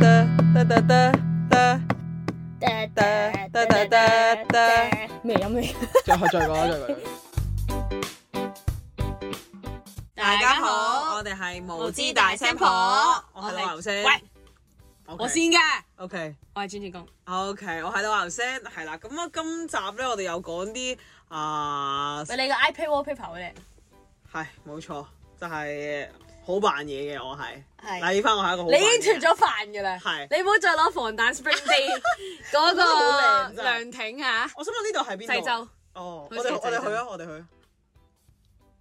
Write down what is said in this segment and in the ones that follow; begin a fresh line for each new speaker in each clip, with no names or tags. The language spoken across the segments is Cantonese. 得得得得，
噠
噠噠噠噠噠
咩音嚟？
再再講再講。大家好，我哋係無知大聲婆，我係老牛聲。
喂，我先㗎，
OK。
我係專專公。
OK，我係老牛聲，係啦。咁啊，今集咧，我哋有講啲啊，
喂，你個 iPad wallpaper 咧？
係冇錯，就係好扮嘢嘅，我係。
係
嗱，要翻我係一個好扮
你
嘢。
已經脫咗飯㗎啦，
係
你唔好再攞防彈 Spring Day 嗰
好靚
個
真係
涼亭 嚇，
我想問呢度係邊度？
濟州。
哦，
好
我
似
哋
係
我哋
濟州
去啊，我哋去啊。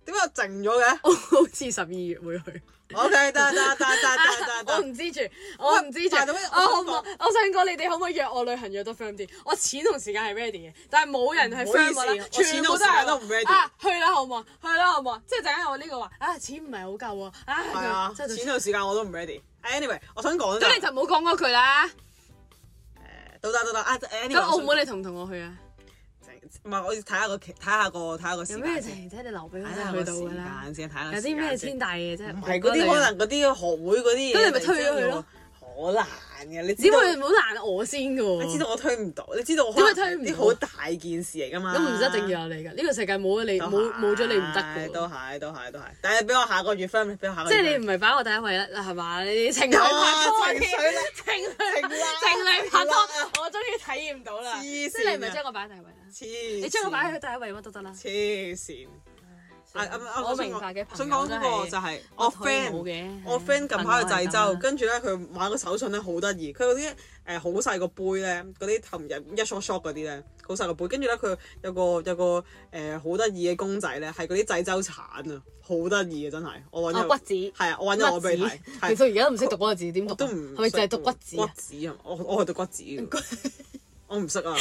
點解我靜咗嘅
我好似十二月會去，
？OK，得得得得得 得
我
得。
唔知住，我唔知住，
但係到
我
尾
好唔
我
好？
想
我想講你哋可唔可以約我旅行約到 firm 啲？我錢同時間係 ready 嘅，但係冇人係
唔好意
firm
思
我啦，
我錢
全部
同
都
時
係
間都唔 ready
啊，去啦好唔好？去啦好唔好？即係陣間我呢個話啊，錢唔係好夠喎，
係
啊
啊，，
即係
錢到時間我都唔 ready。Anyway，我想講就
咁你就唔好講嗰句啦。
誒都得都得啊。
咁
Anyway，
澳門
我
你同唔同我去啊？
想唔係我要睇下個期睇下個睇下個時
有
間
咩
先，
情啫？你留俾我
睇
真
下
係
個
去到
時
㗎啦。
間先，睇下個時
有啲
間
咩
先
天大嘅啫？
唔係嗰啲可能嗰啲學會嗰啲嘢，
咁你咪推咗佢咯
好難嘅，你知
只
道
會唔好難我先嘅喎。
你知道我推唔到，你知道我
點解
可能
推唔
啲
到
好大件事嚟㗎嘛？
咁唔一定要有你㗎。呢個世界冇咗你，
都係
冇冇咗你唔得
都
㗎喎。
係都係都係，但係俾我下個月 friend，俾我下個
即
月
係
friend
你唔係擺我第一位啦，係嘛？你情侶拍拖
啊
嘅
情緒啦，
情侶
情啦
情侶拍
情啦
拖，我終於體驗到啦。
黐
即
線啊
係你唔係將我擺第一位啦，
黐線，
你將我擺喺第一位乜都得啦。
黐線。啊啊啊
我明白嘅
想
朋
講
友
嗰
真
個就
係
係我
退
friend，
冇嘅。
我 friend 近排去濟
朋友係咁
州，
啦
跟住咧佢買個手信咧好得意，佢嗰啲誒好細個杯咧，嗰啲頭唔入一 shot shot 嗰啲咧，好細個杯，跟住咧佢有個有個誒好得意嘅公仔咧，係嗰啲濟州產啊，好得意嘅真係，我揾
啊
咗
骨子
係啊，我揾咗我俾你睇，
其
係
實而家都唔識讀嗰個字點讀啊，
都唔
係咪就係
識
讀骨字
骨
啊？
子啊！我我係讀骨子 嘅，我唔識啊！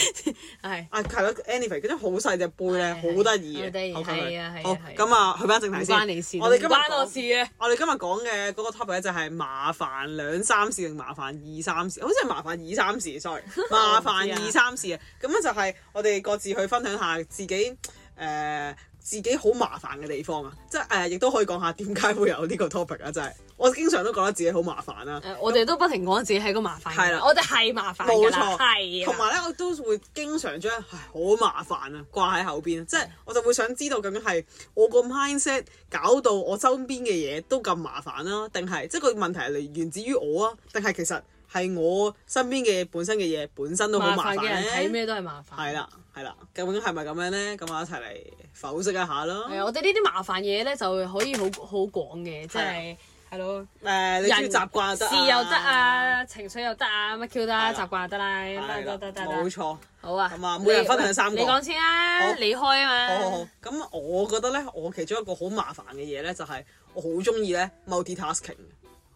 係
啊係咯，anyway，嗰啲好細隻杯咧，
係係
好得意
好得意
OK，
係啊係啊
好
係啊
咁啊，去翻正
唔
題先。
關你事，
我哋今日
唔關我事啊
講，
嘅。
我哋今日講嘅嗰個 topic 咧就係麻煩兩三事定麻煩二三事，好似係麻煩二三事，sorry，麻煩二三事啊！咁樣就係我哋各自去分享下自己誒。自己好麻煩嘅地方啊，即係誒，亦、都可以講下點解會有呢個 topic 啊！真係，我經常都覺得自己好麻煩啦、啊
誒，我哋都不停講自己係個麻煩嘅
係
人，
啦
我哋係麻煩
冇
㗎
錯
啦，係啊
同
啦。
埋咧，我都會經常將唉好麻煩啊掛喺後邊，即
嗯
係我就會想知道究竟係我個 mindset 搞到我周邊嘅嘢都咁麻煩啦、定係即係個問題係嚟源自於我啊，定係其實係我身邊嘅本身嘅嘢本身都好麻
麻煩嘅人睇
煩咧？
咩都係麻煩。
係啊啦，係啦，究竟係咪咁樣咧？咁我一齊嚟剖析一下啦。
係啊，我哋呢啲麻煩嘢咧就可以好好廣嘅，即係係咯，
誒、你中意習慣啊就得、啊
事又得，啊，情緒又得啊，乜 Q 都得
係
啊，
啦
習慣又得啦，得
係啦
得得得
冇
得。
錯。
好啊，
咁啊每人分享三個
你講先啊
好，
你開啊
好好
嘛
好。，咁我覺得咧，我其中一個好麻煩嘅嘢咧，就係我好中意咧 multitasking，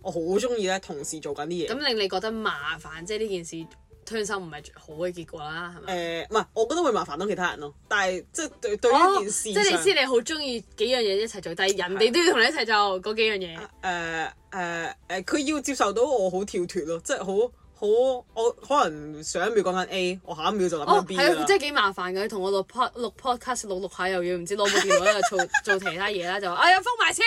我好中意咧同時做緊啲嘢。
咁令你覺得麻煩，即係呢件事推手唔係好嘅結果啦，係咪？
誒唔係，我覺得會麻煩到其他人咯。但係即係對對於
哦
一件事
即係你
上，
知你好中意幾樣嘢一齊做，但係人哋都要同你一齊做嗰幾樣嘢。
啊誒誒誒，佢要接受到我好跳脱咯，即係好好我可能上一秒講緊 A，我下一秒就諗緊
哦，
B
係
㗎啦
啊，真係幾麻煩嘅。同我錄 pod 錄 podcast 錄錄下又要唔知攞部電話又做 做其他嘢啦，就話哎呀封 埋先，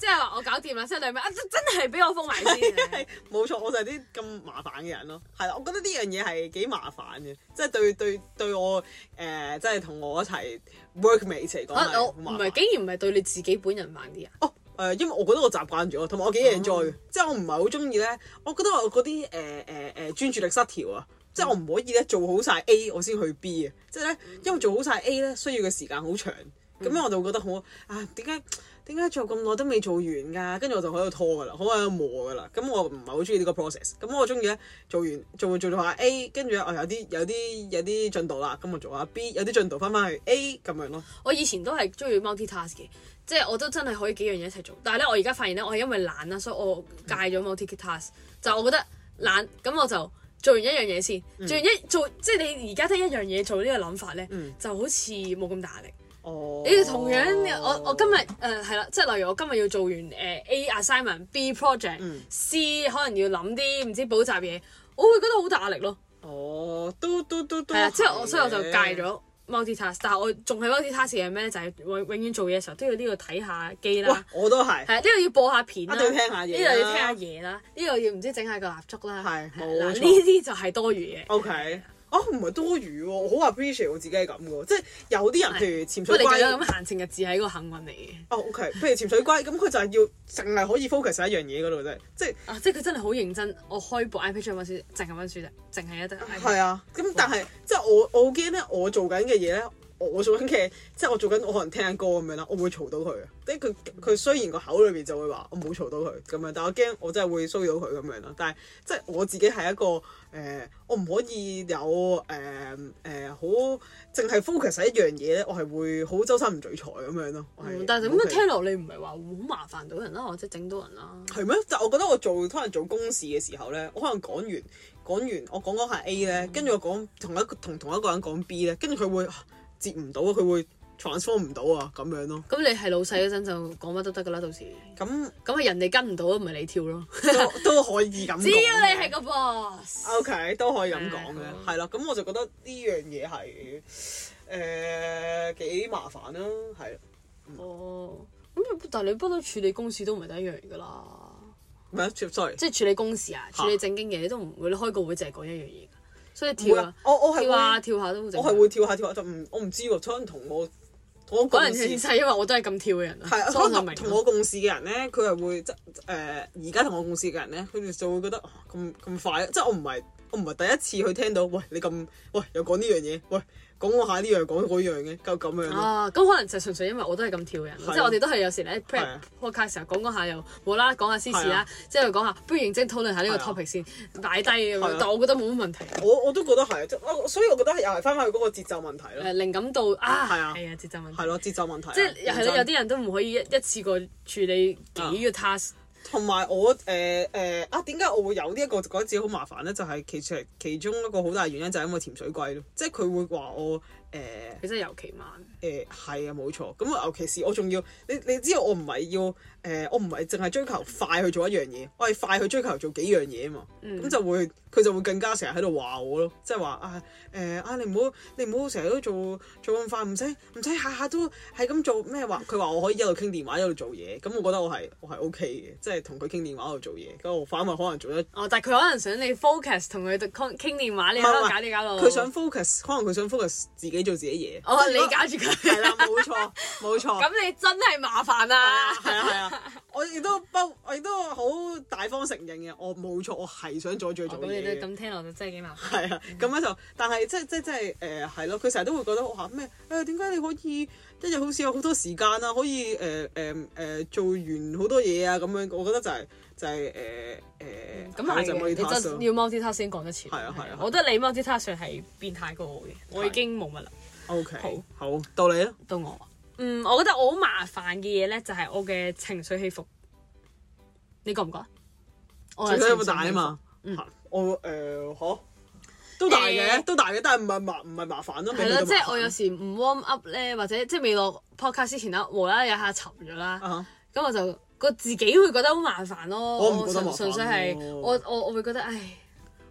即係話我搞掂啦，即係兩秒啊真真係俾我封埋 先。
冇錯，我就係啲咁麻煩嘅人咯。係啦，我覺得呢樣嘢係幾麻煩嘅，即係對對對我誒、呃即係同我一齊 workmate 嚟講
可能
係
啊我
好麻
唔
煩
係，。竟然唔係對你自己本人煩啲啊？
哦，誒、因為我覺得我習慣咗，同埋我幾 enjoy，、嘅，即係我唔係好中意咧。我覺得我嗰啲誒誒誒專注力失調啊，即係我唔可以咧做好晒 A 我先去 B 啊，即係咧因為做好晒 A 咧需要嘅時間好長，咁樣我就會覺得好啊點解點解做咁耐都未做完㗎？跟住我就喺度拖㗎啦，好喺度磨㗎啦。咁我唔係好中意呢個 process，咁我中意咧做完做做做下 A，跟住咧我有啲有啲有啲進度啦，咁我做下 B，有啲進度翻翻去 A 咁樣咯。
我以前都係中意 multitask 嘅，即係我都真係可以幾樣嘢一齊做。但係咧，我而家發現咧，我係因為懶啊啦，所以我戒咗 multitask。就我覺得懶，咁我就做完一樣嘢先，做完一做，即係你而家得一樣嘢做呢個諗法咧，
嗯
就好似冇咁大壓力。
哦，
你同樣，我我今日誒係啦，即係例如我今日要做完誒 A assignment、B
嗯
project、C 可能要諗啲唔知補習嘢，我會覺得好大壓力咯。
哦，都都都都
係啊，之後
係
我所以我就戒
嘅
咗 multitask，但係我仲係 multitask 嘅咩咧？就係、永永遠做嘢嘅時候都要呢度睇下機啦
哇，，我都係
係啊呢度要播下片啦，
一定要聽下嘢
呢
啦
度要聽下嘢啦，呢度要唔知整下個蠟燭啦，
係冇
嗱
錯
呢啲就係多餘嘅。
OK。哦，唔係多餘喎，我好 appreciate 我自己係咁嘅喎，即係有啲人譬如潛水
我哋就
龜
有咁啊閒情日誌係一個幸運嚟嘅，
哦，OK，譬如潛水龜，咁佢就係要淨係可以 focus 喺一樣嘢嗰度啫，即係
啊！即係佢真係好認真，我開部 iPad 再温書，淨係温書啫，淨係一得 iPad。
係啊。咁但係即係我我好驚咧，我做緊嘅嘢咧，我做緊嘅即係我做緊，我可能聽緊歌咁樣啦，我會嘈到佢嘅，即係佢佢雖然個口裏邊就會話我冇嘈到佢咁樣，但我驚我真係會騷擾佢咁樣啦。但係即係我自己係一個誒、呃我唔可以有誒誒、呃好淨係 focus 喺一樣嘢咧，我係會好周身唔聚財咁樣咯。我係
嗯但係
唔
咁
OK
樣聽落，你唔係話好麻煩到人啦，或者整到人啦。
係咩？就我覺得我做可能做公事嘅時候咧，我可能講完講完，我講講下 A
嗯
咧，跟住我講同一個同同一個人講 B 咧，跟住佢會啊接唔到啊，佢會 transform 唔到啊，咁樣咯。
咁你係老細嗰陣就講乜都得㗎啦，到時
咁
咁係人哋跟唔到，唔係你跳咯。
都 都可以咁講嘅。
只要你係個 boss，
O、k 都可以咁講嘅
係啊，
係啦。咁我就覺得呢樣嘢係誒幾麻煩啦，係啦。
哦，咁但係你不嬲處理公事都唔係得一樣㗎啦，
唔係，sorry。
即係處理公事啊，
嚇
處理正經嘢你都唔會，你開個會淨係講一樣嘢㗎，所以
唔會啊
跳啊，
我我係
跳下
會
跳下都好正
我
常
係會跳下跳下，就唔我唔知喎，可能同我同我
可能
共事
係因為我都係咁跳嘅人啊，
係啊，
所
可
以我就
能
明
同我共事嘅人咧，佢係會即誒而家同我共事嘅人咧，佢哋就會覺得啊咁咁快，即係我唔係我唔係第一次去聽到，喂你咁喂又講呢樣嘢，喂講我下呢樣講嗰樣嘅，就咁樣咯。
啊，咁可能就純粹因為我都係咁跳嘅人，即
係啊
係我哋都係有時咧 prep
啊
podcast 時候講講下又無啦啦講下私事
係
啦
啊，
之後講下不如認真討論下呢個
係啊
topic 先，擺低
係
咁樣
啊，
但我覺得冇乜問題。
我我都覺得係，即我所以我覺得又係翻返去嗰個節奏問題咯，
誒靈感到啊，
係啊
係啊，節奏問題
係，咯節奏問題啊。
嗯即係又係
認
咧，
真啊
有啲人都唔可以一一次過處理幾個 task，
同埋我誒誒、啊，點解我會有呢、一個覺得自己好麻煩咧？就係、其實其中一個好大原因就係因為潛水龜咯，即係佢會話我誒。呃
佢真係尤其慢。
誒係啊，冇錯。咁啊，尤其是我仲要你你知道我唔係要誒、呃我唔係淨係追求快去做一樣嘢，我係快去追求做幾樣嘢啊嘛。咁、
嗯
就會佢就會更加成日喺度話我咯，即係話啊誒啊你唔好你唔好成日都做做咁快，唔使唔使下下都係咁做咩話？佢話我可以一路傾電話一路做嘢，咁我覺得我係我係 OK 嘅，即係同佢傾電話一路做嘢。咁我反為可能做得
哦，但係佢可能想你 focus 同佢傾傾電話，你
唔
喺
係唔
度
係
搞你搞到
佢想 focus，可能佢想 focus 自己做自己嘢。
哦，你搞住佢，
係啦，冇錯冇錯。
咁你真係麻煩
哦係啊。係
啦
啊係啊！ 我亦都不，我亦都好大方承認嘅，我冇錯，我係想阻住佢
哦
做
咁你
嘢
都
嘅。
咁嗯聽落就真係幾麻煩。
係啊，咁樣就，但係即係即係即係誒係咯，佢成日都會覺得哇咩誒點解你可以一日好似有好多時間啊，可以誒誒誒做完好多嘢啊咁樣，我覺得就係就係呃誒誒
嗯咁係
就
嘅，你
multitask
真
咯
要 multitask 先講得切。
係啊係啊
我覺得你 multitask 上係變態過我嘅，我已經冇乜啦，
OK 好到你啦，
到我。嗯，我覺得我好麻煩嘅嘢咧，就係我嘅情緒起伏。你覺唔覺？我
最緊有冇
情緒
大
起
啊
伏
嘛？我誒嚇都大嘅
嗯誒
都大嘅，但係唔係麻唔係麻煩咯，
係
未去
咯，
到
即係
麻
我
煩
有時唔 warm up 咧，或者即係未落 podcast 之前啦，無啦啦有下沉咗啦，
啊哈
咁我就個自己會覺得好麻煩咯。
我唔覺得麻
純
煩
純粹係
喎
我我我會覺得唉，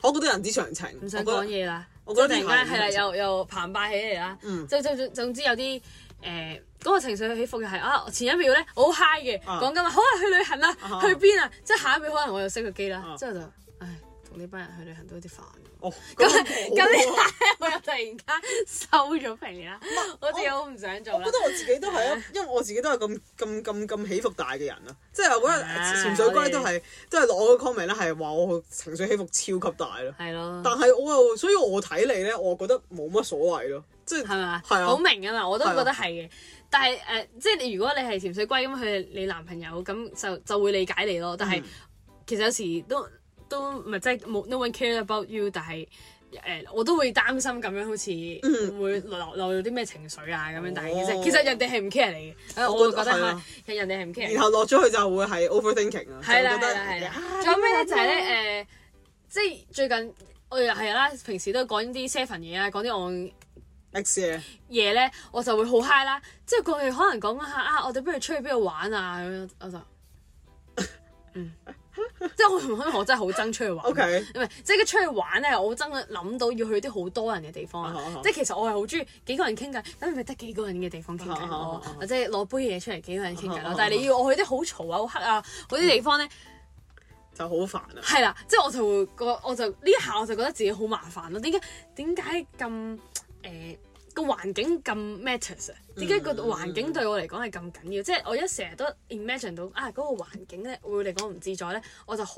我覺得人之常情，
唔想
我覺得
講嘢啦，
我覺得
即係突然間係啦，
呢排
又又澎湃起嚟啦，
嗯
即即總之有啲誒嗰個情緒起伏又係啊，前一秒咧我好 high 嘅，
啊
講緊話好啊去旅行啦，
啊
去邊啊，即係下一秒可能我又熄個機啦，
啊
之後就唉同呢班人去旅行都有啲煩，
哦，
咁
咁
咁呢
我
我又突然間收咗皮啦，好似好唔想做
我
啦
覺。得我自己都係啊，因為我自己都係咁咁咁咁起伏大嘅人啊，即係我覺得
啊
潛水
我
龜
哋
都係都係落個 comment 咧，係話我情緒起伏超級大咯。
係咯，
但係我又，所以我睇你咧，我覺得冇乜所謂咯，即係
係咪啊？
係啊
好明啊嘛，我都
係啊
覺得係嘅。但係誒、呃即係你如果你係潛水龜咁，佢係你男朋友咁就就會理解你咯。但係、
嗯
其實有時都都唔係即係冇 no one care about you，但係。誒、我都會擔心咁樣，好似會流流到啲咩情緒啊咁樣，但係其實
嗯哦
其實人哋係唔 care 你嘅，呃我
我
會
覺
覺
得
得
係
係
啊
人哋係唔 care 你
然後落咗去就會係 overthinking 啊，就
係啦
覺
係
得
啦係啦
啊。
仲有咩咧？
點
就
解
係咧誒，即係最近我又係啦，平時都講啲 seven 嘢啊，講啲我
X 嘢
嘢咧，我就會好 high 啦。之後過去 啊可能講講下啊，我哋不如出去邊度玩啊咁樣，我就嗯即係我同香港我真係好憎出去玩。
OK
唔係，即係出去玩咧，我真係諗到要去啲好多人嘅地方
啊哈啊
啊
哈！
即係其實我係好中意幾個人傾偈，咁咪得幾個人嘅地方傾
啊
偈
哈啊哈
咯
啊，哈
或者攞杯嘢出嚟幾個人傾偈
啊哈啊哈
咯。但係你要我去啲好嘈啊、好黑啊嗰啲地方咧，
就好煩啊！
係啦，即係我就會個我就呢一下我就覺得自己好麻煩咯。點解點解咁誒個環境咁 matters 啊？點解個環境對我嚟講係咁緊要？即係我一成日都 imagine 到啊嗰、個環境咧會令我唔自在咧，我就好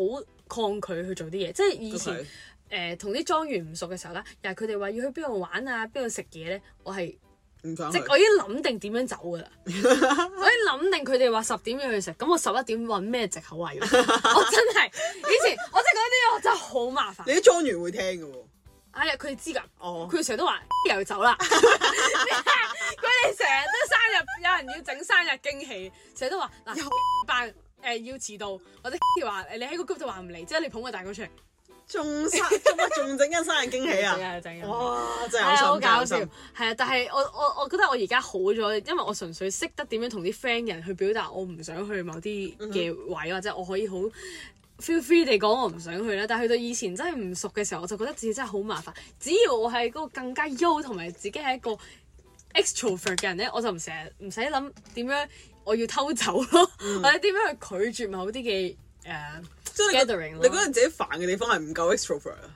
抗拒去做啲嘢。即係以前
OK
誒同啲莊園唔熟嘅時候咧，又係佢哋話要去邊度玩啊，邊度食嘢咧，我係。
唔想
即
去
係我已經諗定點樣走㗎啦，我已 經諗定佢哋話十點要去食，咁我十一點揾咩藉口 啊？要我真係以前我真係覺得呢樣我真係好麻煩。
你啲莊園會聽嘅喎，
係啊，佢哋知㗎，
哦
佢哋成日都話 又要走啦。佢哋成日都生日，有人要整生日驚喜，成日都話 嗱扮誒要遲到，或者 話誒你喺個 group 度話唔嚟，之後你捧個蛋糕出嚟，
仲生做乜仲整緊生日驚喜
整啊整
啊！
啊
哇，真
係
係
啊
有
好
心真係
搞
有
笑，
心。
係啊！但係我我我覺得我而家好咗，因為我純粹識得點樣同啲 friend 人去表達我唔想去某啲
嗯
嘅位，或者我可以好 feel free 地講我唔想去啦。但係去到以前真係唔熟嘅時候，我就覺得自己真係好麻煩。只要我係嗰個更加優同埋自己係一個 extrovert 嘅人咧，我就唔成日唔使諗點樣我要偷走咯，
嗯
或者點樣去拒絕某啲嘅誒。
即係你
gathering
覺
咯
你覺得自己煩嘅地方係唔夠 extrovert 啊？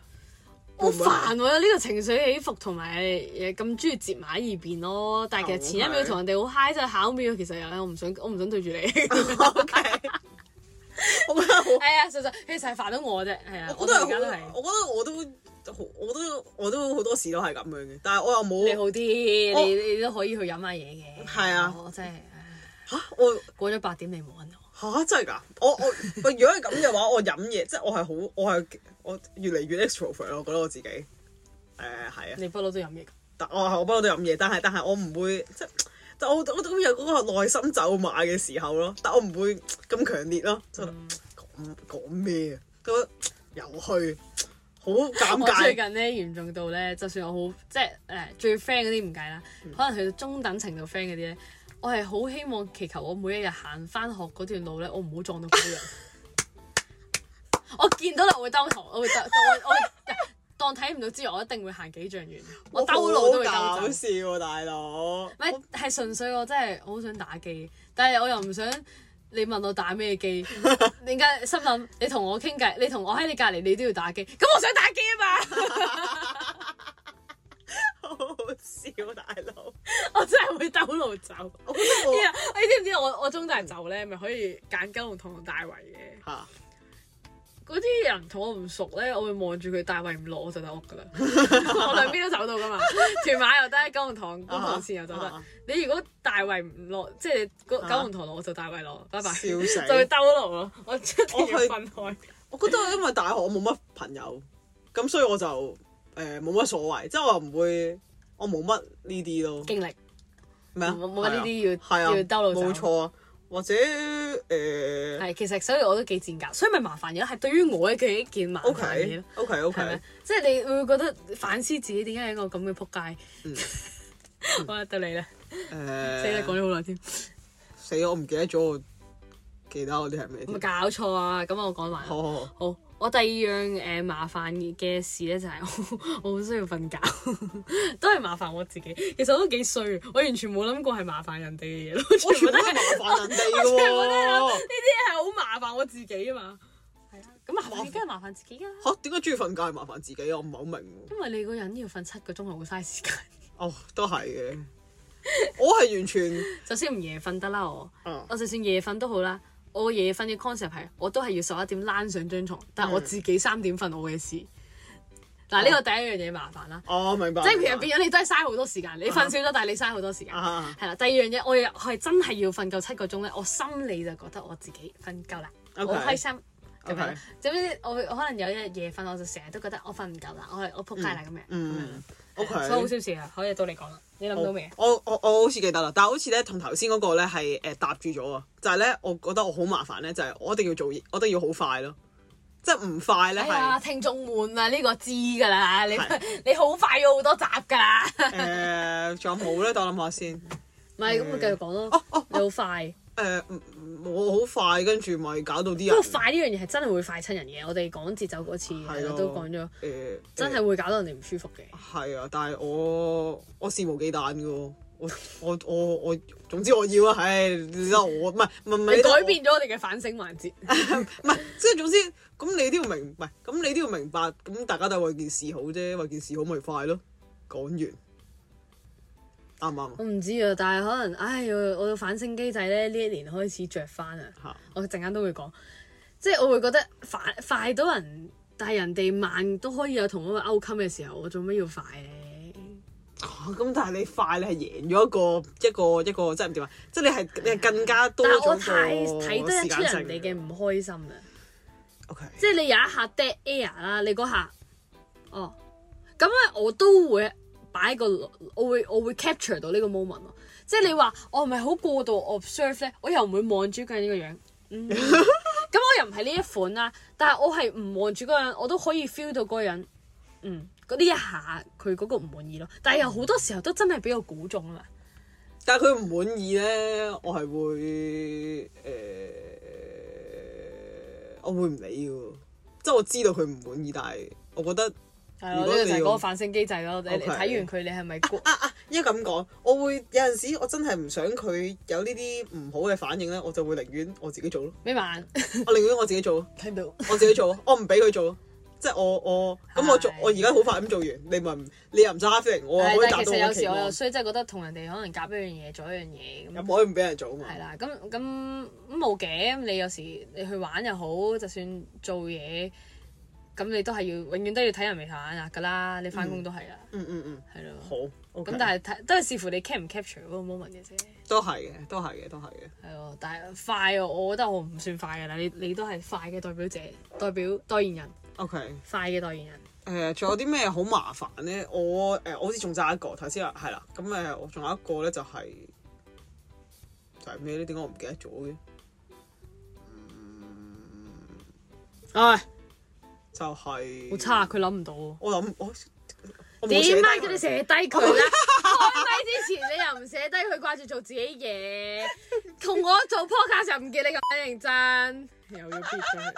好
會唔會啊係
煩喎！呢個情緒起伏同埋誒咁中意摺埋喺二邊咯，但
哦
係其實前一秒同人哋好 high，真係下一秒其實又係我唔想我唔 想對住你， 係
O K，我覺得好，
啊，實實其實係煩到我啫，係啊，
我
我
都
到
係
而家都係
好，我覺得我都好，我都我都好多時都係咁樣嘅，但係我又
你
冇
好啲，
我
你你都可以去飲下嘢嘅，
係啊
我真係唉
嚇我
過咗八點你冇揾我，
嚇真係㗎，我我如果係咁嘅話，我飲嘢即係我係好，我係我越嚟越 extrovert 咯，我覺得我自己誒係啊。
你不嬲都飲嘢㗎，
但我係我不嬲都飲嘢，但係但係我唔會即係，但我我都有嗰個內心咒罵嘅時候咯，但我唔會咁強烈咯，真
嗯
係講講咩啊？覺得又去好尷
我
尬，
最近咧嚴重到咧，就算我好即係誒最 friend 嗰啲唔計啦，
嗯
可能去到中等程度 friend 嗰啲咧，我係好希望祈求我每一日行翻學嗰段路咧，我唔好撞到嗰啲人。 我見到啦，我會兜頭，我會兜，我我會當睇唔到之外，我一定會行幾丈遠，我兜路都會
我好
兜
搞
走。
笑啊，大佬！
唔係係純粹我真係好想打機，但係我又唔想你問我打 咩機。點解心諗你同我傾偈，你同我喺你隔離，你都要打機，咁我想打機啊嘛。
好好笑，大佬！
我真係會兜路走。
我覺得我
知啊你知唔知我我中大走咧，咪可以揀九龍同同大圍嘅？
嚇
嗰啲人同我唔熟咧，我會望住佢大圍唔落，我就得屋噶 啦。我兩邊都走到噶嘛，屯馬又得，九龍塘觀塘線又走
啊
得
哈。
你如果大圍唔落，即係個
啊
九龍塘落，我就大圍落，拜拜。
笑死
就會兜路咯，我一定要
我去
分開。
我覺得因為大學我冇乜朋友，咁所以我就誒冇乜所謂，即係我又唔會我冇乜呢啲咯。
經歷
咩啊？
冇冇乜呢啲要
係啊
要兜路走
冇錯啊，或者呃誒
係其實，所以我都幾賤格，所以咪麻煩咗，係對於我嘅一件麻煩嘅嘢咯
，OK。OK
係咪
OK，？
即係你會覺得反思自己點解係一個咁嘅撲街。 好啊啦，到你啦，
誒
死啦，講咗好耐添，
呃死我唔記得咗我其他嗰啲係咩
咪
添？
搞錯啊！咁我講埋啦。
好好好，
好，我第二樣誒、呃麻煩嘅事咧就係、 我我好需要瞓覺，都係麻煩我自己。其實我都幾衰，我完全冇諗過係麻煩人哋嘅嘢咯。
我全部都
部都係
係麻煩人哋
我全部都係諗
嘅
呢啲係好麻煩我自己啊嘛。係啊，咁麻煩你梗係麻煩自己㗎啦
喎，，嚇點解中意瞓覺係麻煩自己啊？我唔係好明喎。
因為你個人要瞓七個鐘好嘥時間，
哦，都係嘅，我係完全
就算唔夜瞓得啦我。
啊
我就算夜瞓都好啦，我夜瞓嘅 concept 係我都係要十一點躝上張床，但
嗯
係我自己三點瞓我嘅事。嗱呢個第一樣嘢麻煩啦，
哦明白，
即係其實
明白
變咗你真係嘥好多時間，你瞓少咗，但係你嘥好多時間。
啊啊
係啦，第二樣嘢我又係真係要瞓夠七個鐘咧，我心理就覺得我自己瞓夠啦
OK
我開心。咁
OK
樣，總之我我可能有一日夜瞓，我就成日都覺得我瞓唔夠啦，我係我仆街啦咁樣。
嗯 OK
所以好少事啊，可以到你講啦，你諗到未啊？
我我我好似記得啦，但係好似咧同頭先嗰個咧係誒搭住咗啊，就係咧我覺得我好麻煩咧，就係我一定要做嘢，我一定要好快咯，即係唔快咧
哎呀，
係
聽眾們啊，呢、個知㗎啦，你
係
你好快要好多集㗎啦。
呃誒，仲有冇咧？等我諗下先。
唔係，咁咪繼續講咯。
嗯哦哦
你好快，
誒唔唔嗯我好快，跟住咪搞到啲
不
人
過快呢樣嘢係真係會快親人嘅，我哋趕節奏嗰次
係咯
都講咗，
誒
真係會搞到人哋唔舒服嘅。
係啊，但係我我肆無忌憚嘅喎，我我我我總之我要啊，唉，你得我唔係唔係唔係
你
得我
改變咗我哋嘅反省環節，
唔係即係總之咁你都要明，唔係咁你都要明白，咁大家都係為件事好啫，為件事好咪快咯，講完啱唔啱啊
我唔知啊，但係可能，唉，我我嘅反省機制咧呢一年開始着翻啊。
嚇？
我陣間都會講，即係我會覺得快快到人，但係人哋慢都可以有同一個 outcome 嘅時候，我做咩要快咧？
哦咁但係你快，你係贏咗一個一個一個，即係唔點啊？即係你係你係更加多
但係
咗
我太睇
個
得
時
出
間
人
性
哋嘅唔開心啦，
O K，
即係你有一下 dead air 啦，你嗰下，哦，咁咧我都會擺個，我會我會 capture 到呢個 moment 咯。即係你話我唔係好過度 observe 咧，我又唔會望住佢呢個樣。 嗯咁我又唔係呢一款啦，但係我係唔望住嗰個人，我都可以 feel 到嗰個人，嗯，嗰呢一下佢嗰個唔滿意咯。但係又好多時候都真係俾我估中啊嘛，
但係佢唔滿意咧，我係會誒，我會唔理嘅喎，即係我知道佢唔滿意，但係我覺得
係
如果
咯，呢個就
你
係嗰
要
個反省機制咯。你你
OK
睇完佢，你係咪估
啊啊，應該咁講，我會有陣時我真係唔想佢有呢啲唔好嘅反應咧，我就會寧願我自己做咯，
咩慢
我寧願我自己做咯，
睇唔到？
我自己 做咯，我唔俾佢做咯。即係我我咁我做
係
我而家好快咁做完，你咪唔你又唔揸飛，我又
係
可以達
但係
到
其實
我嘅
有
期
時我
望
又。衰，真係覺得同人哋可能夾一樣嘢，做一樣嘢咁
又。唔可以唔俾人做啊嘛。
係啦，咁咁咁冇嘅，咁你有時你去玩又好，就算做嘢，咁你都係要永遠都要睇人眉頭眼額噶啦，你翻工都係啦，
嗯嗯嗯，
係咯、
好。o
咁但係睇都係視乎你 cap 唔 capture 嗰個 moment 嘅啫，
都係嘅，都係嘅，都係嘅。
係咯。但係快啊，我覺得我唔算快噶啦，你你都係快嘅代表者、代表代言人、
OK，誒、
快嘅代言人。
仲有啲咩好麻煩咧？我誒、我好似仲爭一個，頭先啊係啦。咁誒、我仲有一個咧就係、就係咩咧？點解我唔記得咗嘅？
唉，
就係、
好差，啊佢諗唔到喎。
我諗我我冇
點
寫低
解
佢
叫你寫低佢 啦？開咪之前你又唔寫低佢，掛住做自己嘢，同我做 podcast 又唔見你咁認真，又要撇咗 佢。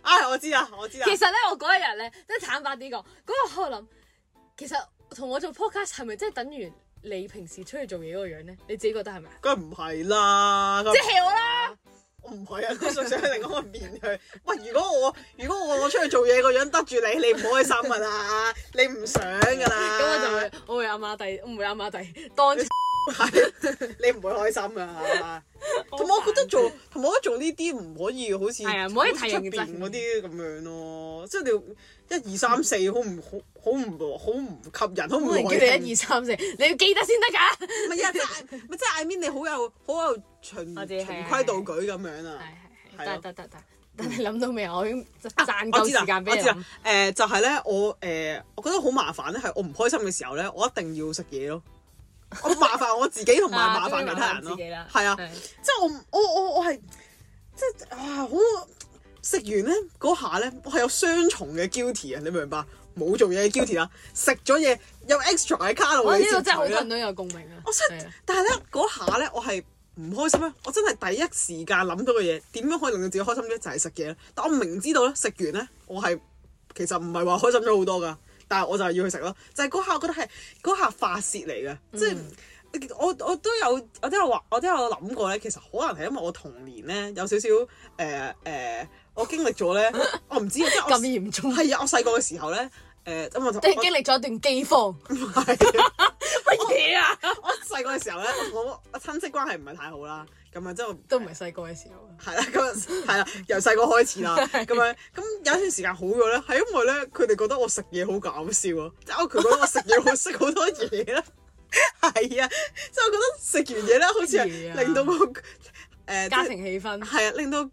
唉，我知啦，我知啦。
其實咧，我嗰一日咧，即係坦白啲講，嗰日我諗，其實同我做 podcast 係咪真係等於你平時出去做嘢嗰個樣咧？你自己覺得 係咪啊？
梗係唔係啦，
即係我啦，
我唔係啊， 佢仲想喺另一個面去。喂，如果我如果我我出去做嘢個樣得住你，你唔開心噶啦， 你唔想噶啦。
咁我就
啊
會我會阿馬弟，唔會阿馬弟當住。
係 你唔會開心 噶。 同埋我覺得做，同埋我覺得做呢啲唔可以好似
係啊唔可以
好似
太
出
認真
邊嗰啲咁樣咯，即係你要一二三四好唔好好唔好唔吸引，好唔
我
耐
唔叫你一二三四，你要記得先得㗎。
唔係啊，即係咪即係 I mean 你好有好有循循
我知係
規蹈矩咁樣
係係
啊。係咯
係得得得得， 但係諗到未啊？我已經賺
我
夠
知啦
時間，俾
我
你
知啦
諗。。
誒就係咧，我誒我覺得好麻煩咧，係我唔開心嘅時候咧，我一定要食嘢 咯。我麻煩我自己同埋
啊
麻煩其他人咯
終於麻煩自己啦，
係啊。即係我唔我我我係即係啊好食完咧嗰下咧，我係有雙重嘅 guilty 啊！你明唔明白？冇做嘢嘅 guilty 啦，食咗嘢有 extra 嘅卡路
我
里
呢
攝
度真係好
取啦
多人都有共鳴啊！
我
係
真
啊，
但係咧嗰下咧，我係唔開心咧。啊我真係第一時間諗到嘅嘢，點樣可以令到自己開心咧？就係食嘢啦。但我明知道咧，食完咧，我係其實唔係話開心咗好多噶，但係我就係要去食咯。就係、嗰下，我覺得係嗰下發泄嚟嘅，即係。我我都有我都有話我都有諗過咧，其實可能係因為我童年咧有少少誒誒，我經歷咗咧，我唔知啊，即係我
咁嚴重，
係啊，我細個嘅時候咧，誒、咁我就
即係經歷咗一段饑荒。
我 係啊
乜嘢啊？
我細個嘅時候咧，我我親戚關係唔係太好啦，咁啊之後
都唔係細個嘅時候。
係啦，咁啊係啦，由細個開 始啦，咁樣咁有一段時間好咗咧，係因為咧佢哋覺得我食嘢好搞笑啊，即係佢覺得我食嘢好識好多嘢啦，係啊，即係我覺得食完嘢咧，好似
乜
係
嘢啊
令到我誒
家庭氣氛，
係啊，令到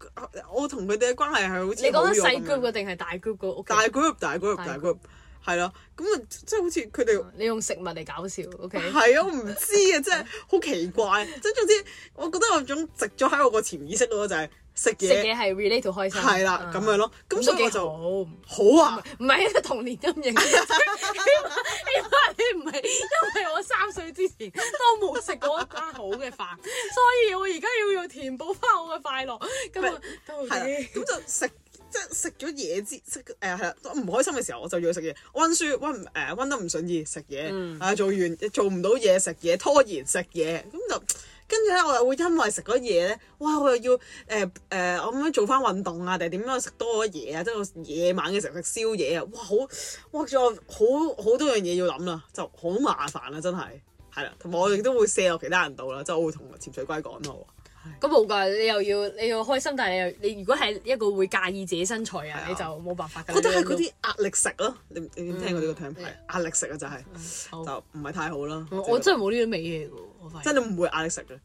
我同佢哋嘅關係係好似
你講
好
緊
咗
細
咁樣
group 嘅定係大 group 嘅屋企？
大 group 大 group
大
大 group 係啦，咁啊即係好似佢哋。
你用食物嚟搞笑，OK？
係啊，我唔 知啊，真係好奇怪。即係總之，我覺得有種植咗喺我個潛意識咯，就係、食
食
嘢
嘢係 relate to 開心，啊
係啦咁樣咯。咁所以我就
就
好啊，
唔係童年陰影，因 為你唔係因為我三歲之前都冇食過一餐好嘅飯，所以我而家要要填補翻我嘅快樂。咁啊，都
係啦，咁就食即係食咗嘢之食誒係啦，我唔開心嘅時候我就要去食嘢，温書温誒温得唔順意食嘢，啊做完做唔到嘢食嘢，拖延食嘢，咁就跟住咧我又會因為食咗嘢咧，哇我又要誒誒、呃我咁樣做翻運動啊，定係點樣食多咗嘢啊，即係我夜晚嘅時候食宵夜啊，哇好哇仲有好好多樣嘢要諗啦，啊就好麻煩啦真係。係啦，同埋我亦都會卸落其他人度啦，即係我會同潛水龜講咯。
咁冇㗎，你又要你要開心，但係你又你如果係一個會介意自己身材
係
啊
啊，
你就冇辦法㗎啦。
覺得係
呢
嗰
樣
啲壓力食咯，你你有冇聽過呢個 term
嗯
係壓力食啊，就係
好
就唔係太好啦。
都我真
係
係冇呢啲味嘢㗎喎，我發現
真係唔會壓力食嘅。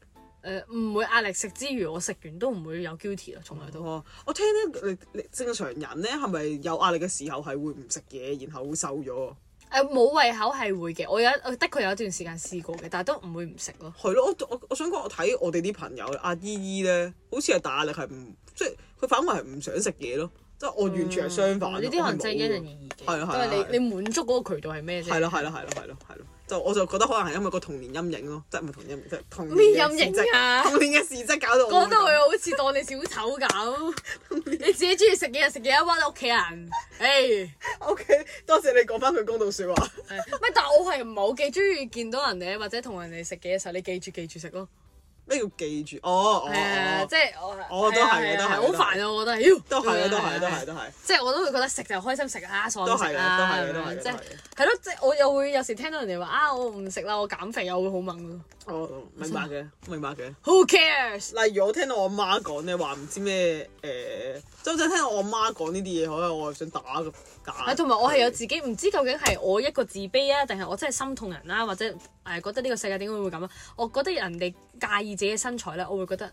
誒唔會壓力食之餘，我食完都唔會有 guilty 啦，從來都。
哦，我聽咧，你你正常人咧係咪有壓力嘅時候係會唔食嘢，然後會瘦咗？
誒冇胃口係會嘅，我有我的確有一段時間試過嘅，但係都唔會唔食咯。
係咯，我我我想講，我睇我哋啲朋友啊阿姨姨咧，好似係大壓力係唔即係佢反為係唔想食嘢咯，即係我完全係相反咯。
哦嗯呢啲可能真係因人
異。
而
係啊係啊
異嘅，因為你你滿足嗰個渠道係咩啫？
係咯係咯係咯係咯係咯，就我就覺得可能係因為個童年陰影咯，即係唔係童年陰影，即係童年
咩
嘅事
陰影啊
蹟童年嘅事蹟搞到我
講到佢好似當你小 丑咁，你自己中意食嘢就食嘢，屈屋企人。誒，
O K，多謝你講翻句公道説話。
乜？但我係唔係好幾中意見到人哋或者同人哋食嘢嘅時候，你記住記住食咯。
咩叫記住？哦，哦
係啊，
哦
即係我係。
我都係嘅
係啊
都係
好煩啊！我覺得，妖
都係啊，都係，
咁樣
都係，都係，
即係我都會覺得食就開心食啊，爽
都
食
係啊，都係
啦，
啊，都係
即係
啊，
係咯，即係我又會有時聽到人哋話啊，我唔食啦，我減肥啊，我會好猛咯。
都係。我哦明白嘅，明白嘅。
Who cares？
例如我聽到我媽講咧，話唔知咩誒，即係真聽到我媽講呢啲嘢，可能我係想打個打。
啊，同埋我係有自己唔知究竟係我一個自卑啊，定係我真係心痛人啊啦、或者誒、覺得呢個世界點解會咁啊？我覺得人哋介意自己嘅身材咧，我會覺得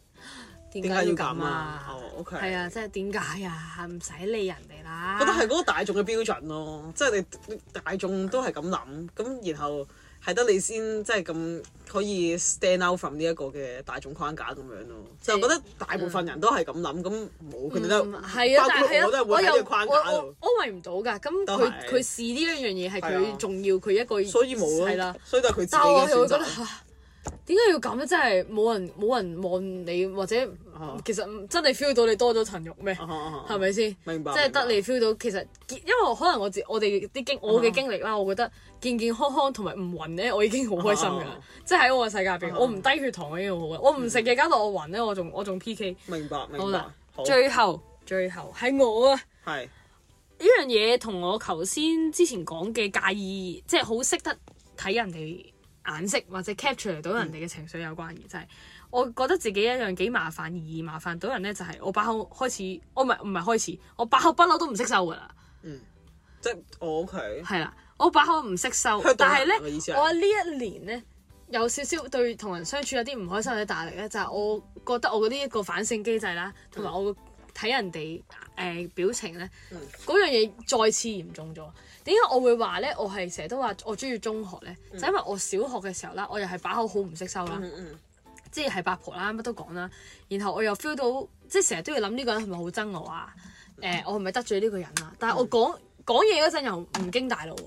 點解
點
要
解要
咁
咁
啊
啊？？哦，OK。
係啊，即係點解啊？唔使理人哋啦。
覺得係嗰個大眾嘅標準咯，即係你你大眾都係咁諗，咁然後係得你先即係咁可以 stand out from 呢一個嘅大眾框架咁樣咯。
即
就
係
覺得大部分人都係咁諗，咁冇佢哋都
嗯係啊，
包
但
括
係
我都
啊
係，會喺
我又
呢個
我
框架
我
度，
我為唔到㗎。咁
都
佢
係
佢試呢一樣嘢係
係啊
佢重要，佢一個
所以冇咯
係啦。，
所以都係佢自己
但係我
嘅
係會
選
覺得
擇。啊
嚇，點解要咁咧？真係冇人冇人望你，或者
啊
其實真係 feel 到你多咗層肉咩？
啊啊啊
係咪先？
明白啊
即係得你 feel 到，其實因為可能我自我哋啲經我嘅經歷啦，我覺得健健康康同埋唔暈咧，我已經好開心㗎啦
啊。
即係喺我嘅世界入邊，我唔低血糖我已經好嘅，我唔食嘢搞到我暈咧，我仲我仲 PK。
明白
好
明白
啦，，
好
最後最後係我啊！
係
呢樣嘢同我頭先之前講嘅介意，即係好識得睇人哋眼色或者 capture 到人哋嘅情緒有關嘅，就係、我覺得自己一樣幾麻煩而麻煩到人咧，就係、我把口開始，我唔係唔係開始，我把口不嬲都唔識收㗎啦，
即係我 OK
係啦，我把口唔識
香，
收
港
但
人
係咧
嘅意思，係
我呢一年咧。有少少對同人相處有啲唔開心或者大力咧，就係、我覺得我嗰啲一個反省機制啦，同埋我睇人哋誒、呃表情咧，
嗯
嗰樣嘢再次嚴重咗。點解我會話咧？我係成日都話我中意中學咧，
嗯
就因為我小學嘅時候啦，我又係把口好唔識收啦，即係係八婆啦，乜都講啦。然後我又 feel 到，即係成日都要諗呢個人係咪好憎我啊？誒、我係咪得罪呢個人啊？
嗯
但係我講講嘢嗰陣又唔經大腦喎。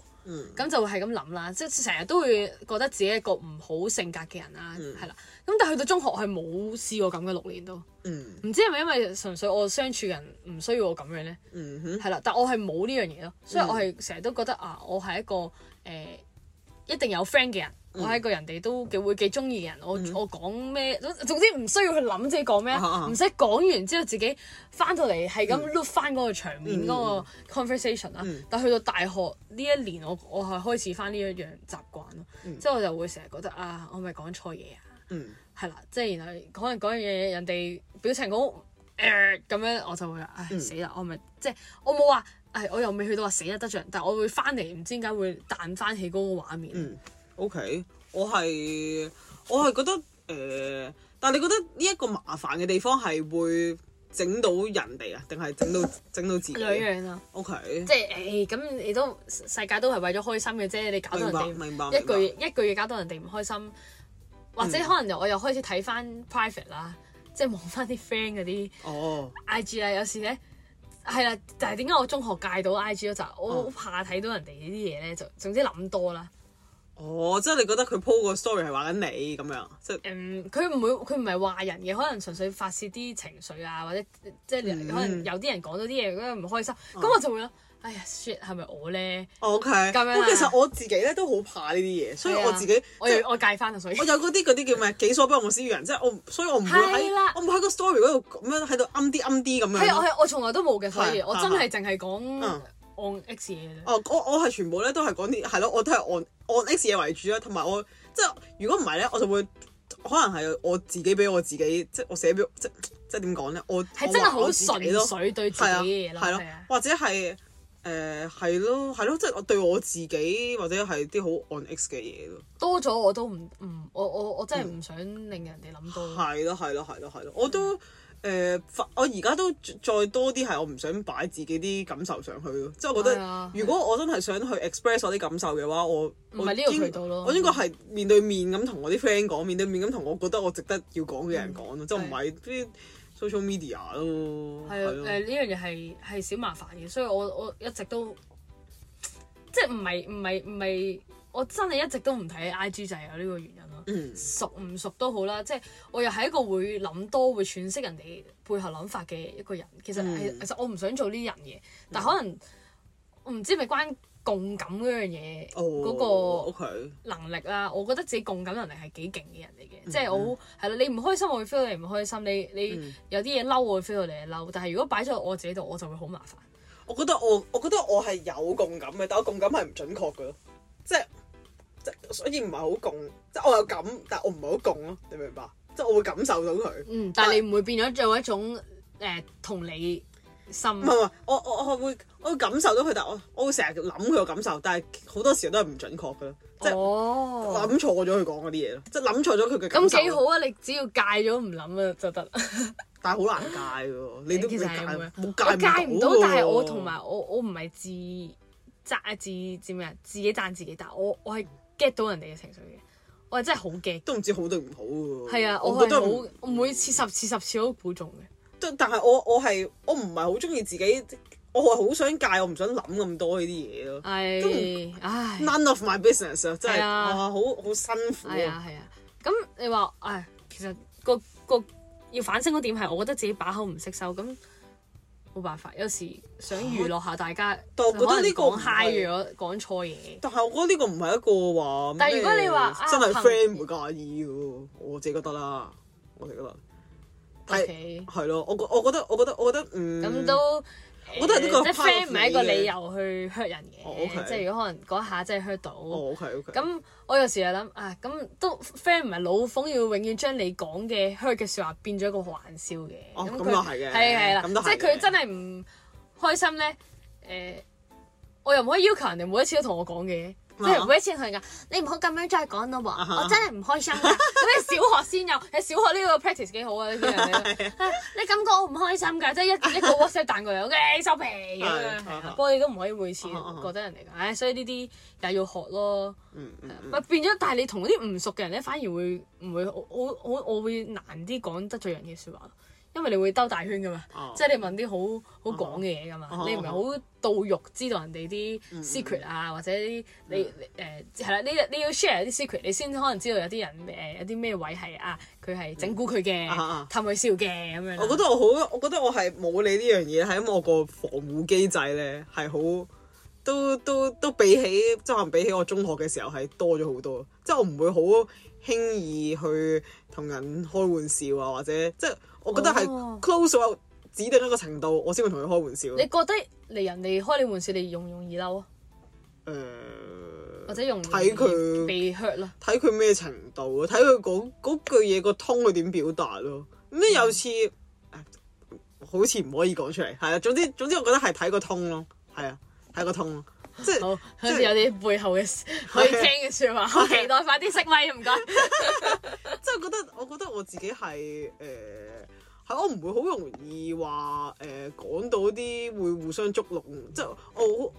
咁就會係咁諗啦，即係成日都會覺得自己係一個唔好性格嘅人啦，係啦、咁但係去到中學係冇試過咁嘅六年都，唔
嗯
知係咪因為純粹我相處人唔需要我咁樣咧？
嗯哼嗯
係啦，但我係冇呢樣嘢咯，所以我係成日都覺得啊，我係一個誒、呃一定有 friend 嘅人，
嗯
我係一個人哋都幾會幾中意嘅人，我、我講咩，總總之唔需要去諗自己講咩
啊啊，嗯
唔使講完之後自己翻到嚟係咁 look 翻嗰個場面嗰個 conversation 啦、但去到大學呢一年，我我係開始翻呢一樣習慣咯，即係我就會成日覺得啊，我係咪講錯嘢啊？
嗯
係啦，即係然後可能講樣嘢，人哋表情好誒咁樣，我就會話唉死啦！我咪即係我冇話唉，我又未去到話死啦得着，但係我會翻嚟唔知點解會彈翻起嗰個畫面。
嗯 OK，我係我係覺得誒、呃但係你覺得呢一個麻煩嘅地方係會整到人哋啊，定係整到整到自己
兩樣啦，
？O K，
即係誒咁，你都世界都係為咗開心嘅啫，你搞到人
明白明白
哋一句一句嘢搞到人哋唔開心，或者可能我又開始睇翻 private 啦，即係望翻啲 friend 嗰啲
哦，
IG 啦，有時咧係啦，但係點解我中學戒到 IG 咧？就係我好怕睇到人哋呢啲嘢咧，就總之諗多啦。
哦，即係你覺得佢 po 個 story 係話緊你咁樣，即係
嗯，佢唔會，佢唔係話人嘅，可能純粹發泄啲情緒啊，或者即係你
嗯哦
可能有啲人講咗啲嘢，覺得唔開心，咁我就會諗，哎呀，shit 係咪我咧？
OK。
樣啦
咁其實我自己咧都好怕呢啲嘢，所以
係啊
我自己
我又我戒翻啊，所以
我有嗰啲嗰啲叫咩？己所不欲，勿施於人，即係我，所以我唔會
係
喺
啦
我唔會喺個 story 嗰度咁樣喺度噏啲噏啲咁
係啊我
樣。
係我從來都冇嘅，所以
係
我真係淨係講
嗯
按 X 嘢嘅啫。
哦，我我係全部咧都係講啲係咯，我都係按按 X 嘢為主啦，同埋我即係如果唔係咧，我就會可能係我自己俾我自己，即係我寫俾即即係點講咧，我
係真係
我話
好
我自己
純
咯
粹對自己嘅嘢咯，
係咯
係啊，，
或者係誒係咯係咯，即係我對我自己或者係啲好 on X 嘅嘢咯，
多咗我都唔唔，我我我真係唔想令人哋諗到。
係咯係咯係咯係咯，我都誒發、我而家都再多啲係我唔想擺自己啲感受上去咯，即係我覺
係
得
啊
如果我真係想去 express 我啲感受嘅話，我
唔
唔
係呢個渠道咯
我應該係面對面咁同我啲 friend 講，面對面咁同我覺得我值得要講嘅人講咯，即係唔係啲 social media 咯，
嗯係啊，誒
咯
呢樣嘢係係小麻煩嘅，所以我我一直都即係唔係唔係唔係，我真係一直都唔睇 I G 就係有呢個原因咯。
嗯
熟唔熟都好啦，即係我又係一個會諗多、會詮釋人哋背後諗法嘅一個人。其實係、
嗯
其實我唔想做呢啲人嘅，但可能我唔知係咪關共感嗰樣嘢嗰、
哦
個。
OK
能力啦，我覺得自己共感能力係幾勁嘅人嚟嘅，即係我好係啦，你唔開心我會 feel 到你唔開心，你你、有啲嘢嬲我會 feel 到你係嬲，但係如果擺咗我自己度，我就會好麻煩。
我覺得我我覺得我係有共感嘅，但我共感係唔準確嘅咯，即係即係所以唔係好共，即係我有感，但我唔係好共咯，你明唔明白？即係我會感受到佢，
嗯，但係你唔會變咗做一種誒、呃同理心，
唔係唔係，我我我會我會感受到佢，但我我會成日諗佢個感受，但係好多時候都係唔準確嘅咯，即係
哦，
諗錯咗佢講嗰啲嘢咯，即係諗錯咗佢嘅感
咁
受。
幾好啊！你只要戒咗唔諗啊就得啦。
但係好難戒喎，你都
其
未
實
戒
係咁
冇
我戒唔到
喎，
但係我同埋我我唔係自責自自咩啊自己讚自己，但係我我係 get 到人哋嘅情緒嘅，我係真係好 get。
都唔知好定唔好喎。
係啊，我
覺
係
得
好
唔，
我每次十次十次都估中嘅。
但但係我我係我唔係好中意自己，我係好想戒，我唔想諗咁多呢啲嘢咯。
係，唉，
None of my business 啊，真係
係啊
啊，好好辛苦
係
啊。
啊係啊。咁你話唉，其實個個要反省嗰點係，我覺得自己把口唔識收，咁冇辦法。有時想娛樂下大家，
但我覺得
可能
呢個唔
講
係
high 咗，講錯嘢。
但係我覺得呢個唔係一個話咩，
但係如果你話啊
真係
朋
friend 唔會介意嘅喎，我自己覺得啦，我自己覺得係
OK，
係咯，我覺我覺得我覺得我覺得嗯，
咁都。
我覺得呢個
誒即係
part
friend
of
唔係一個
你嘅
理由去 hurt 人
哦
嘅，
，OK
即係如果可能嗰下真係 hurt 到，
哦 OK OK，
咁我有時又諗啊，咁都 friend 唔係老馮，要永遠將你講嘅 hurt 嘅説話變咗一個玩笑嘅。
哦咁
佢
又係嘅
係係啦，
咁都係
即係
嘅
佢真係唔開心咧。誒、我又唔可以要求人哋每一次都同我講嘅，即係每一次同人講，你唔好咁樣再講咯
啊哈
喎，我真係唔開心 㗎。咁你小學先有，你小學呢個 practice 幾好啊？呢啲人哋啊你感覺我唔開心㗎，即 係一一個 WhatsApp 彈過嚟，OK 收皮
係
咁樣。
啊
係
哈
啊
哈
不過你都唔可以每次
哈哈哈
覺得人哋㗎，唉，所以呢啲又要學咯。
嗯嗯嗯
咪變咗，但係你同嗰啲唔熟嘅人咧，反而會唔會我我我我會難啲講得罪人嘅説話咯，因為你會兜大圈噶嘛，
哦
即係你問啲好好講嘅嘢噶嘛，
哦嗯
你唔係好到肉知道人哋啲 secret 啊，或者啲你你誒係啦，你你要 share 啲 secret，你先可能知道有啲人誒、有啲咩位係啊，佢係整蠱佢嘅
啊啊啊，
氹佢笑嘅咁樣啦。
我覺得我好，我覺得我係冇你呢樣嘢，係因為我個防護機制咧係好都都都比起即係可能比起我中學嘅時候係多咗好多，即係我唔會好輕易去同人開玩笑啊，或者即係我覺得係
哦
close 到指定一個程度，我先會同佢開玩笑。
你覺得嚟人哋開你玩笑，你容唔容易嬲啊？
誒
或者容唔容
睇佢
易被 hurt 咯？
睇佢咩程度啊，睇佢嗰嗰句嘢個通佢點表達咯。
嗯
咁有次誒好似唔可以講出嚟，係啊。總之總之，我覺得係睇個通咯，係啊，睇個通咯，即係
好，好似有啲背後嘅可以聽嘅説話，好期待快啲熄咪，唔該。
即係覺得我覺得我自己係誒呃係我唔會好容易話誒、講到啲會互相捉弄，即係我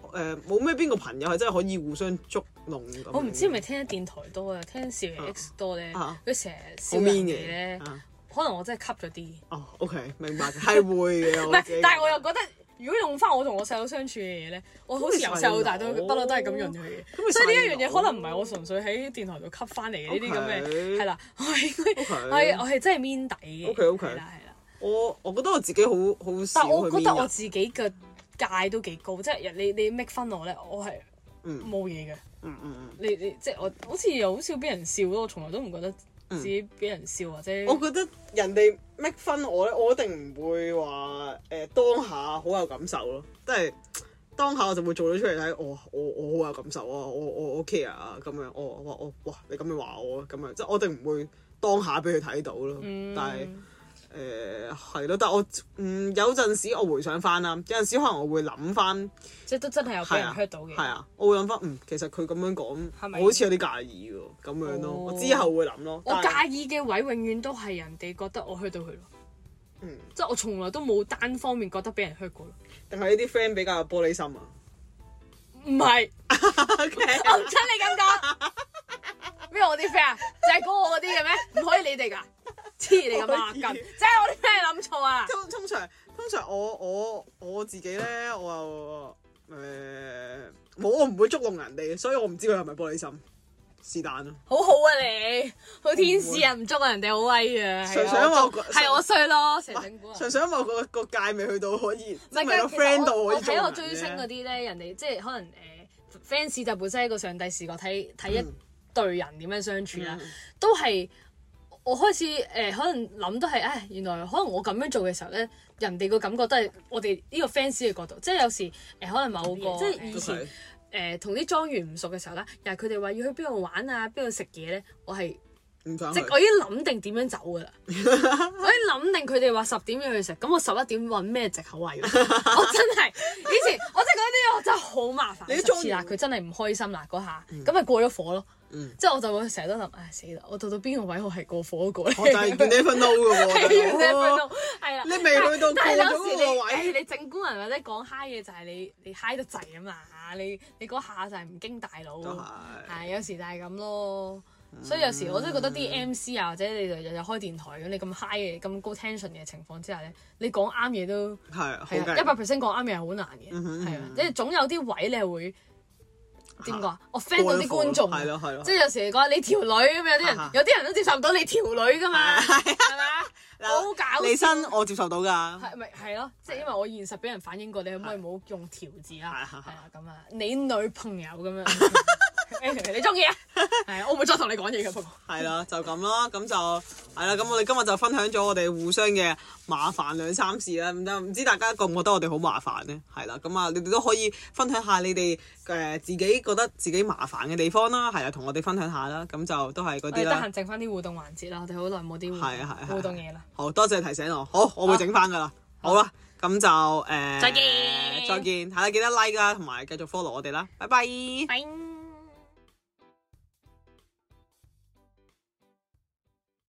好誒冇咩邊個朋友係真係可以互相捉弄咁樣。
我唔知係咪聽得電台多啊，聽少爺 X 多咧，
啊
佢成日
好
笑人
mean
哋
嘅
咧，
啊
可能我真係吸咗啲。
哦，OK，明白，係會嘅。
唔
唔
係，但係我又覺得，如果用翻我同我細佬相處嘅嘢咧，我好似由細到大都
咁咪細佬
不嬲都係咁潤佢
咁咪
嘅，所以呢一樣
細
嘢
佬
可能唔係我純粹喺電台度吸翻嚟嘅呢啲咁
OK
嘅，係啦，我係
OK
我係我係真係 mean 底嘅
OK，OK
係啦係啦，
我我覺得我自己好好少
但
去啊
我覺得我
mean
自己嘅界都幾高，即係你你 make 分我咧，我係
嗯
冇嘢嘅，
嗯嗯
你你即係我好似又好少俾人笑咯，我從來都唔覺得自己俾人笑或者
人，嗯我覺得人哋 make 分我咧，我一定唔會話誒、呃、當下好有感受咯，即係當下我就會做咗出嚟睇，我我我好有感受啊，我我我 care 啊咁樣，我我我哇你咁樣話我啊咁樣，即係我一定唔會當下俾佢睇到咯，
嗯
但係。誒係咯，但係我嗯有陣時我回想翻啦，有陣時可能我會諗翻，
即係都真係有俾
係
人
啊
hurt 到嘅，
係啊，我會諗翻嗯，其實佢咁樣講，
係咪
我好似有啲介意喎，咁樣咯，
哦
我之後會諗咯。
我
但係
介意嘅位永遠都係人哋覺得我 hurt 到佢咯。
嗯
即係我從來都冇單方面覺得俾人 hurt 過咯。
定係呢啲 friend 比較有玻璃心啊。
唔係，
OK，
我唔親你咁講。咩我啲 friend 啊？就係講我嗰啲嘅咩？唔可以你哋㗎？黐你咁孖
可
筋
以！
即係我啲 friend 諗錯啊！
通通常通常我我我自己咧，我又誒呃冇，我唔會捉弄人哋，所以我唔知佢係咪玻璃心，是但咯。
好好啊你，好天使啊，唔捉啊人哋好 威啊！係
純粹
啊
因為
我
我
捉
覺
係我衰咯，成日整蠱人啊
純。粹因為個個界未去到可以，
唔
即
係
係未到
其實
friend
我
度可
我
以捉
睇
弄
我
人
追星
啫
嗰啲咧，人哋即係可能誒 fans 就本身係一個上帝視角睇睇一隊人點樣相處啦，啊都係我開始誒、可能諗都係，唉，原來可能我咁樣做嘅時候咧，人哋個感覺都係我哋呢個 fans 嘅角度，即係有時誒、呃可能某個即係以前。誒同啲莊園唔熟嘅時候啦，又係佢哋話要去邊度玩啊，邊度食嘢咧，我係
唔想
即係
去
我已經諗定點樣走噶 啦，我已經諗定佢哋話十點要去食，咁我十一點揾咩藉口啊話要 去？我真係以前我真係覺得呢樣真係好麻煩。
你都
十
中意
次啦，佢真係唔開心啦嗰下，咁咪過咗火咯。
嗯
即係我就會成日都諗，唉死啦！我到到邊個位我係過火嗰個咧？
我就係 you never know 嘅喎，
係
大
要 level
佬
到係啦。
你未去到
但係
過咗
有時你
嗰個位
唉你整蠱人或者講嗨嘢就係你你嗨得滯啊嘛，你你嗰下就係唔經大腦。
都係
係有時就係咁咯。
嗯
所以有時我都覺得啲 MC 啊，或者你日日開電台咁，你咁 high 嘅、咁高 tension 嘅情況之下咧，你講啱嘢都
係好
係啊
嘅，
一百 percent 講啱嘢係好難嘅，
哼
係啊
嗯，
即係總有啲位你係會點講啊？offend
過
到
咗
啲
火
觀眾啊，
係咯係咯
即係有時你講你條女咁，有啲人
啊哈
有啲人都接受唔到你條女噶嘛，係咪啊？
嗱
好搞笑
李生我接受到㗎，
係咪係咯？即係因為我現實俾人反映過，你可唔可以唔好用條字啊？
係係係
係啊，咁啊，你女朋友 咁樣，Anyway，你中意啊？係啊，我唔會再同你講嘢嘅，不過
係啦就咁啦，咁就係啦，咁我哋今日就分享咗我哋互相嘅麻煩兩三事啦，唔知唔知大家覺唔覺得我哋好麻煩呢？係啦，咁啊你哋都可以分享下你哋誒自己覺得自己麻煩嘅地方啦，係啦，同我哋分享下啦，咁就都係嗰
我哋
啲
得
啦
閒，剩翻啲互動環節啦，我哋好耐冇啲互動
係啊係啊係啊
互動嘢啦。
好多謝提醒我，好我會整翻㗎啦，好啦，咁就誒
再見
再見，係啦，記得 like 啦，同埋繼續 follow 我哋啦，拜拜。
拜。